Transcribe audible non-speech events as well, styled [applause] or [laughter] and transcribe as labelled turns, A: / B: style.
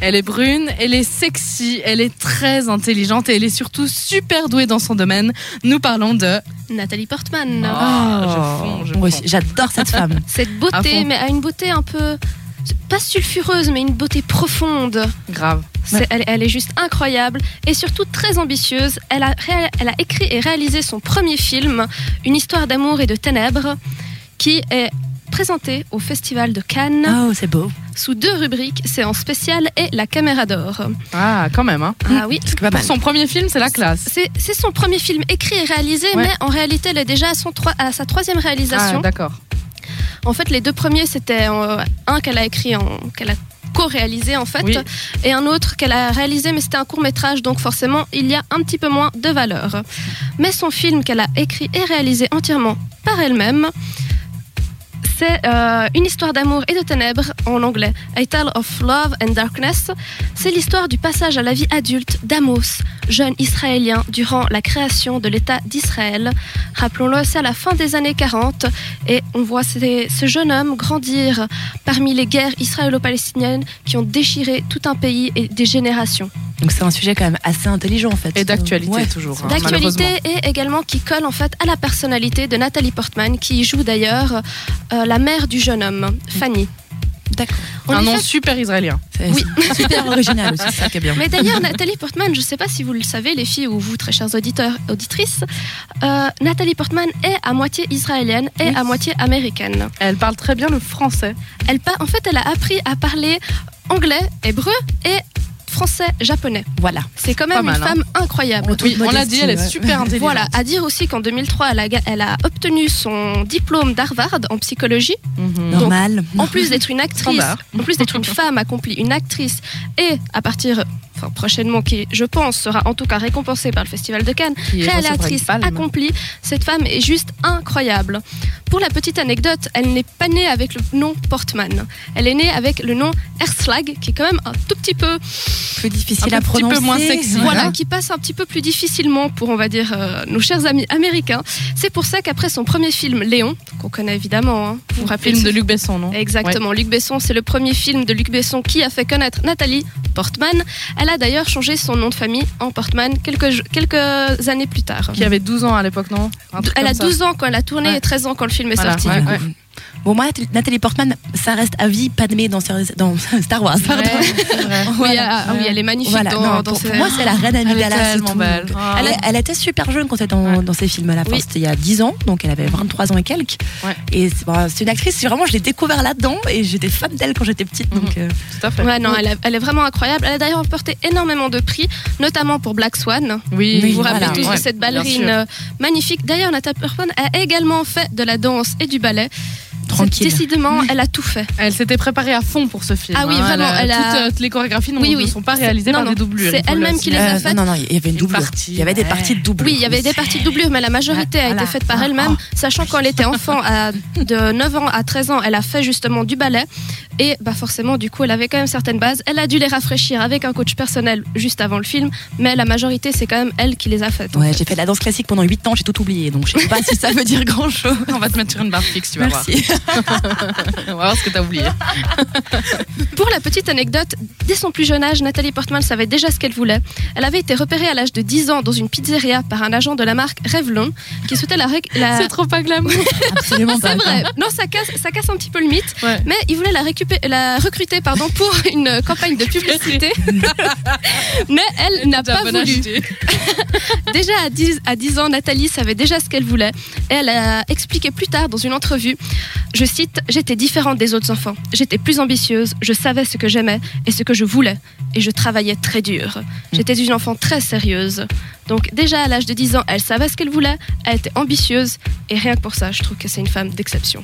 A: Elle est brune, elle est sexy, elle est très intelligente et elle est surtout super douée dans son domaine. Nous parlons de...
B: Nathalie Portman.
A: Ah, je fonds, je
C: Moi
A: fonds.
C: aussi, j'adore cette femme.
B: Cette
A: À
B: beauté,
A: fond.
B: mais à une beauté un peu. Pas sulfureuse, mais une beauté profonde.
A: [laughs] Grave.
B: C'est- Elle, elle est juste incroyable et surtout très ambitieuse. Elle a, ré- elle a écrit et réalisé son premier film, Une histoire d'amour et de ténèbres, qui est présenté au Festival de Cannes
A: Ah.
C: Oh, c'est beau.
B: sous deux rubriques, séance spéciale et la caméra d'or.
A: Ah, quand même, hein.
B: Ah oui,
C: C'est pas
A: Pour
C: mal.
A: son premier film, c'est la classe.
B: c'est c'est son premier film écrit et réalisé,
A: Ouais.
B: mais en réalité, elle est déjà à, son troi- à sa troisième
A: Ah,
B: réalisation.
A: d'accord.
B: En fait, les deux premiers, c'était euh, un qu'elle a écrit, en, qu'elle a co-réalisé en fait,
A: Oui.
B: et un autre qu'elle a réalisé, mais c'était un court métrage, donc forcément, il y a un petit peu moins de valeur. Mais son film qu'elle a écrit et réalisé entièrement par elle-même, c'est euh, Une histoire d'amour et de ténèbres en anglais, A Tale of Love and Darkness. C'est l'histoire du passage à la vie adulte d'Amos, jeune Israélien, durant la création de l'État d'Israël. Rappelons-le, c'est à la fin des années 40 et on voit ces- ce jeune homme grandir parmi les guerres israélo-palestiniennes qui ont déchiré tout un pays et des générations.
A: Ah,
C: Donc c'est un sujet quand même assez intelligent en fait.
A: Et d'actualité
C: Ouais.
A: toujours. hein,
B: D'actualité
A: malheureusement.
B: et également qui colle en fait à la personnalité de Nathalie Portman qui y joue d'ailleurs euh, la mère du jeune homme, Fanny.
C: D'accord.
B: On
A: Un
B: y
A: nom
B: fait-
A: super israélien.
C: C'est
B: Oui.
C: c'est [laughs] super original aussi, c'est ça qui est bien.
B: Mais d'ailleurs, Nathalie Portman, je ne sais pas si vous le savez, les filles ou vous, très chers auditeurs, auditrices, euh, Nathalie Portman est à moitié israélienne et
A: Oui.
B: à moitié américaine.
A: Elle parle très bien le français.
B: Elle pa- en fait, elle a appris à parler anglais, hébreu et français, japonais.
C: Voilà.
B: C'est quand
A: Pas
B: même
A: mal,
B: une
A: hein.
B: femme incroyable.
C: Toute
A: Oui, on l'a
C: modestie,
A: dit, elle est
C: ouais.
A: [laughs] super intelligente.
B: Voilà, à dire aussi qu'en 2003, elle a, ga- elle a obtenu son diplôme d'Harvard en psychologie.
A: Mhm.
B: Donc,
C: Normal.
B: En plus d'être une actrice,
A: Standard.
B: en plus d'être une femme accomplie, une actrice, et à partir enfin, prochainement, qui je pense sera en tout cas récompensée par le Festival de Cannes,
A: Qui est
B: réalisatrice
A: Palme.
B: accomplie, cette femme est juste incroyable. Pour la petite anecdote, elle n'est pas née avec le nom Portman. Elle est née avec le nom Erslag, qui est quand même un tout petit peu
C: plus difficile
A: un
C: à
A: petit peu
C: prononcer.
A: moins sexy.
C: Voilà.
B: voilà, qui passe un petit peu plus difficilement pour, on va dire, euh, nos chers amis américains. C'est pour ça qu'après son premier film, Léon, qu'on connaît évidemment, hein, vous vous rappelez
A: Film de
B: ce-
A: Luc Besson, non
B: Exactement, Luc Besson, c'est le premier film de Luc Besson qui a fait connaître Nathalie Portman. Elle a d'ailleurs changé son nom de famille en Portman quelques, quelques années plus tard.
A: Qui avait 12 ans à l'époque, non Un truc
B: Elle a
A: comme ça.
B: 12 ans quand elle a tourné
A: Ouais.
B: et 13 ans quand le film est
A: Voilà,
B: sorti.
A: ouais,
B: du coup.
A: ouais.
C: Bon, moi, Nathalie Portman, ça reste à vie Padmé dans, Star- dans Star Wars.
A: Ouais,
C: pardon.
A: c'est vrai.
B: Oui, elle a- ah oui, elle est magnifique
C: Voilà,
B: dans,
C: non,
B: dans
C: pour,
B: ses-
C: pour moi, c'est la reine
A: Elle est
C: Amidala. c'est
A: tellement
C: tout.
A: belle. Ah,
C: Elle, a- elle était super jeune quand elle était dans,
A: Ouais.
C: dans ces films-là. Enfin,
B: Oui.
C: C'était il y a 10 ans, donc elle avait 23 ans et quelques.
A: Ouais.
C: Et c'est bah, c'est une actrice, c'est vraiment, je l'ai découvert là-dedans et j'étais fan d'elle quand j'étais petite.
A: Mhm.
C: Donc, euh,
A: Tout à fait.
B: Ouais, non, elle, a- elle est vraiment incroyable. Elle a d'ailleurs remporté énormément de prix, notamment pour Black Swan.
A: Oui,
C: Vous
B: Vous vous
C: Voilà,
B: rappelez tous
A: ouais,
B: de cette
A: bien
B: ballerine
A: sûr.
B: euh, magnifique. D'ailleurs, Natalie Portman a également fait de la danse et du ballet. C'est-
C: tranquille.
B: Décidément, elle a tout fait.
A: Elle s'était préparée à fond pour ce film.
B: Ah oui,
A: hein.
B: vraiment, elle a-
A: Toutes, euh, les chorégraphies n'ont-
B: Oui,
A: ne
B: oui.
A: sont pas
B: C'est-
A: réalisées
B: non,
A: par
B: non.
A: des doublures.
B: C'est
A: il faut le
B: elle-même qui les a
A: signaler.
C: Euh,
B: faites.
C: non, non, il y avait une doublure.
A: partie,
C: il y avait des
A: ouais.
C: parties de doublure.
B: Oui, il y avait des parties de doublure, mais la majorité a
C: Voilà. Ah,
B: été faite par elle-même. Sachant qu'elle était enfant, à, de 9 ans à 13 ans, elle a fait justement du ballet. Et bah forcément, du coup, elle avait quand même certaines bases. Elle a dû les rafraîchir avec un coach personnel juste avant le film, mais la majorité, c'est quand même elle qui les a faites.
C: Ouais, j'ai fait de la danse classique pendant 8 ans, j'ai tout oublié, donc je sais pas si ça
B: [laughs]
C: veut dire grand-chose.
A: On va te mettre sur une barre fixe, tu vas voir.
C: Merci.
A: On va voir ce que t'as oublié.
B: Euh, Pour la petite anecdote, dès son plus jeune âge, Nathalie Portman savait déjà ce qu'elle voulait. Elle avait été repérée à l'âge de 10 ans dans une pizzeria par un agent de la marque Revlon qui souhaitait la... ré- la-
A: C'est trop pas glamour.
C: Absolument pas.
B: C'est vrai, non, ça casse, ça casse un petit peu le mythe,
A: Ouais.
B: mais il voulait la, récupé- la recruter pardon, pour [laughs] une euh, campagne de publicité, [laughs] mais elle n'a
A: T'as
B: pas
A: bon
B: voulu.
A: acheté.
B: Déjà à 10, à 10 ans, Nathalie savait déjà ce qu'elle voulait. Et elle a expliqué plus tard dans une entrevue, je cite, J'étais différente des autres enfants. J'étais plus ambitieuse, je savais ce que j'aimais et ce que je voulais. Et je travaillais très dur. J'étais une enfant très sérieuse. Donc déjà à l'âge de 10 ans, elle savait ce qu'elle voulait, elle était ambitieuse. Et rien que pour ça, je trouve que c'est une femme d'exception.